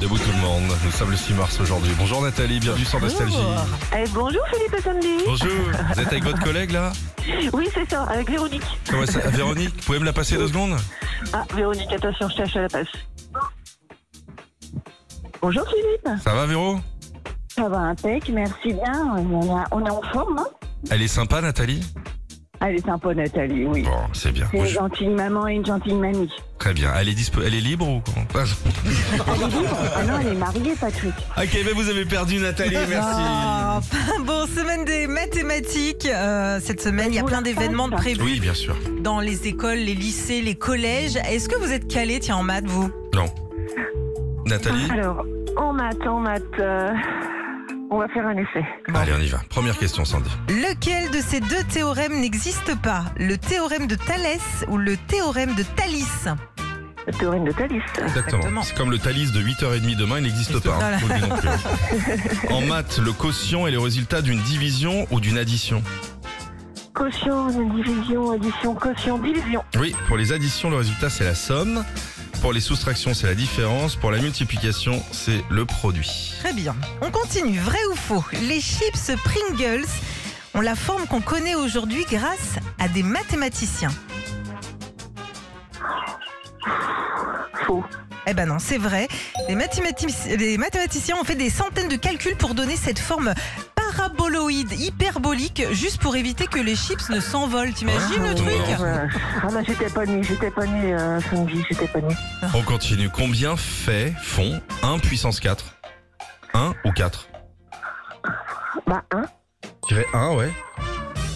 Debout tout le monde, nous sommes le 6 mars aujourd'hui. Bonjour Nathalie, bienvenue sur Nostalgie. Eh, bonjour Philippe Samedi. Bonjour, vous êtes avec votre collègue là Oui, c'est ça, avec Véronique. Comment ça Véronique, vous pouvez me la passer deux secondes Ah, Véronique, attention, je tâche à la passe. Bonjour Philippe. Ça va Véro Ça va, impec, merci bien. On, a- on est en forme. Hein Elle est sympa Nathalie Elle est sympa, Nathalie, oui. Bon, c'est bien. C'est une Bonjour. gentille maman et une gentille mamie. Très bien. Elle est, dispo- elle est libre ou comment Elle est libre Ah non, elle est mariée, Patrick. Ok, mais vous avez perdu Nathalie, Ah, bon, semaine des mathématiques. Euh, cette semaine, il y a Vous plein la d'événements de faites prévus Oui, bien sûr. dans les écoles, les lycées, les collèges. Est-ce que vous êtes calé, tiens, en maths, vous Nathalie Alors, on m'attend, on m'attend. euh, On va faire un essai. Allez, on y va. Première question, Sandy. Lequel de ces deux théorèmes n'existe pas Le théorème de Thalès ou le théorème de Thalys Le théorème de Thalys. Exactement. Exactement. C'est comme le Thalys de 8h30 demain, il n'existe pas. hein. Faut le dire non plus. en maths, le quotient est le résultat d'une division ou d'une addition Quotient, division, addition, quotient, division. Oui, pour les additions, le résultat, c'est la somme. Pour les soustractions, c'est la différence. Pour la multiplication, c'est le produit. Très bien. On continue. Vrai ou faux Les chips Pringles ont la forme qu'on connaît aujourd'hui grâce à des mathématiciens. Faux. Eh ben non, c'est vrai. Les, mathématici- les mathématiciens ont fait des centaines de calculs pour donner cette forme paraboloïde, hyperbolique, juste pour éviter que les chips ne s'envolent. T'imagines Ah, Oh. le truc ouais. Ouais. Ah bah j'étais pas née, j'étais pas née, euh, samedi, j'étais pas née. On continue. Combien fait, font 1 puissance 4 1 ou 4 Bah hein Je dirais 1, ouais.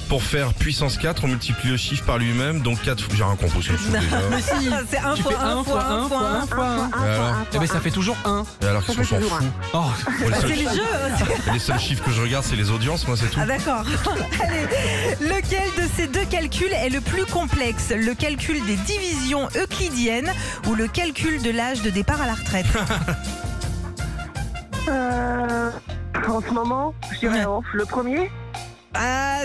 Pour faire puissance 4, on multiplie le chiffre par lui-même, donc 4 fois. J'ai rien compris, ça me saoule déjà. C'est un Tu fois fais 1 un fois fois 1 un fois fois 1 fois 1. Un, alors un, Eh ben ça un. fait toujours 1. Et alors qu'ils Ça sont fait s'en toujours fous. Oh, Moi, les un. C'est seuls- le jeu. les seuls chiffres que je regarde, c'est les audiences, moi, c'est tout. Ah d'accord. Allez, lequel de ces deux calculs est le plus complexe Le calcul des divisions euclidiennes ou le calcul de l'âge de départ à la retraite Euh, en ce moment, je dirais off. Le premier Ah,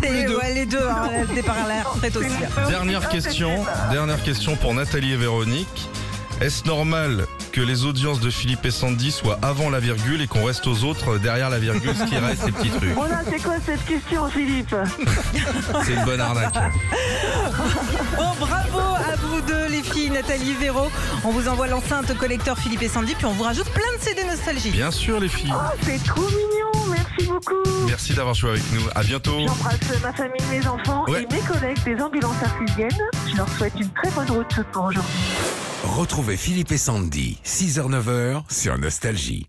c'est les deux. ouais, les deux, hein, le départ à la retraite aussi. Dernière question, dernière question pour Nathalie et Véronique. Est-ce normal que les audiences de Philippe et Sandy soient avant la virgule et qu'on reste aux autres derrière la virgule, ce qui reste, ces petits trucs Voilà, c'est quoi cette question, Philippe C'est une bonne arnaque. Bon, bravo à vous deux, les filles, Nathalie, Véro. On vous envoie l'enceinte collecteur Philippe et Sandy, puis on vous rajoute plein de CD nostalgie. Bien sûr, les filles. Oh, c'est trop mignon, merci beaucoup. Merci d'avoir joué avec nous. À bientôt. J'embrasse ma famille, mes enfants Ouais. et mes collègues des ambulances artisannes. Je leur souhaite une très bonne route pour aujourd'hui. Retrouvez Philippe et Sandy, 6h-9h sur Nostalgie.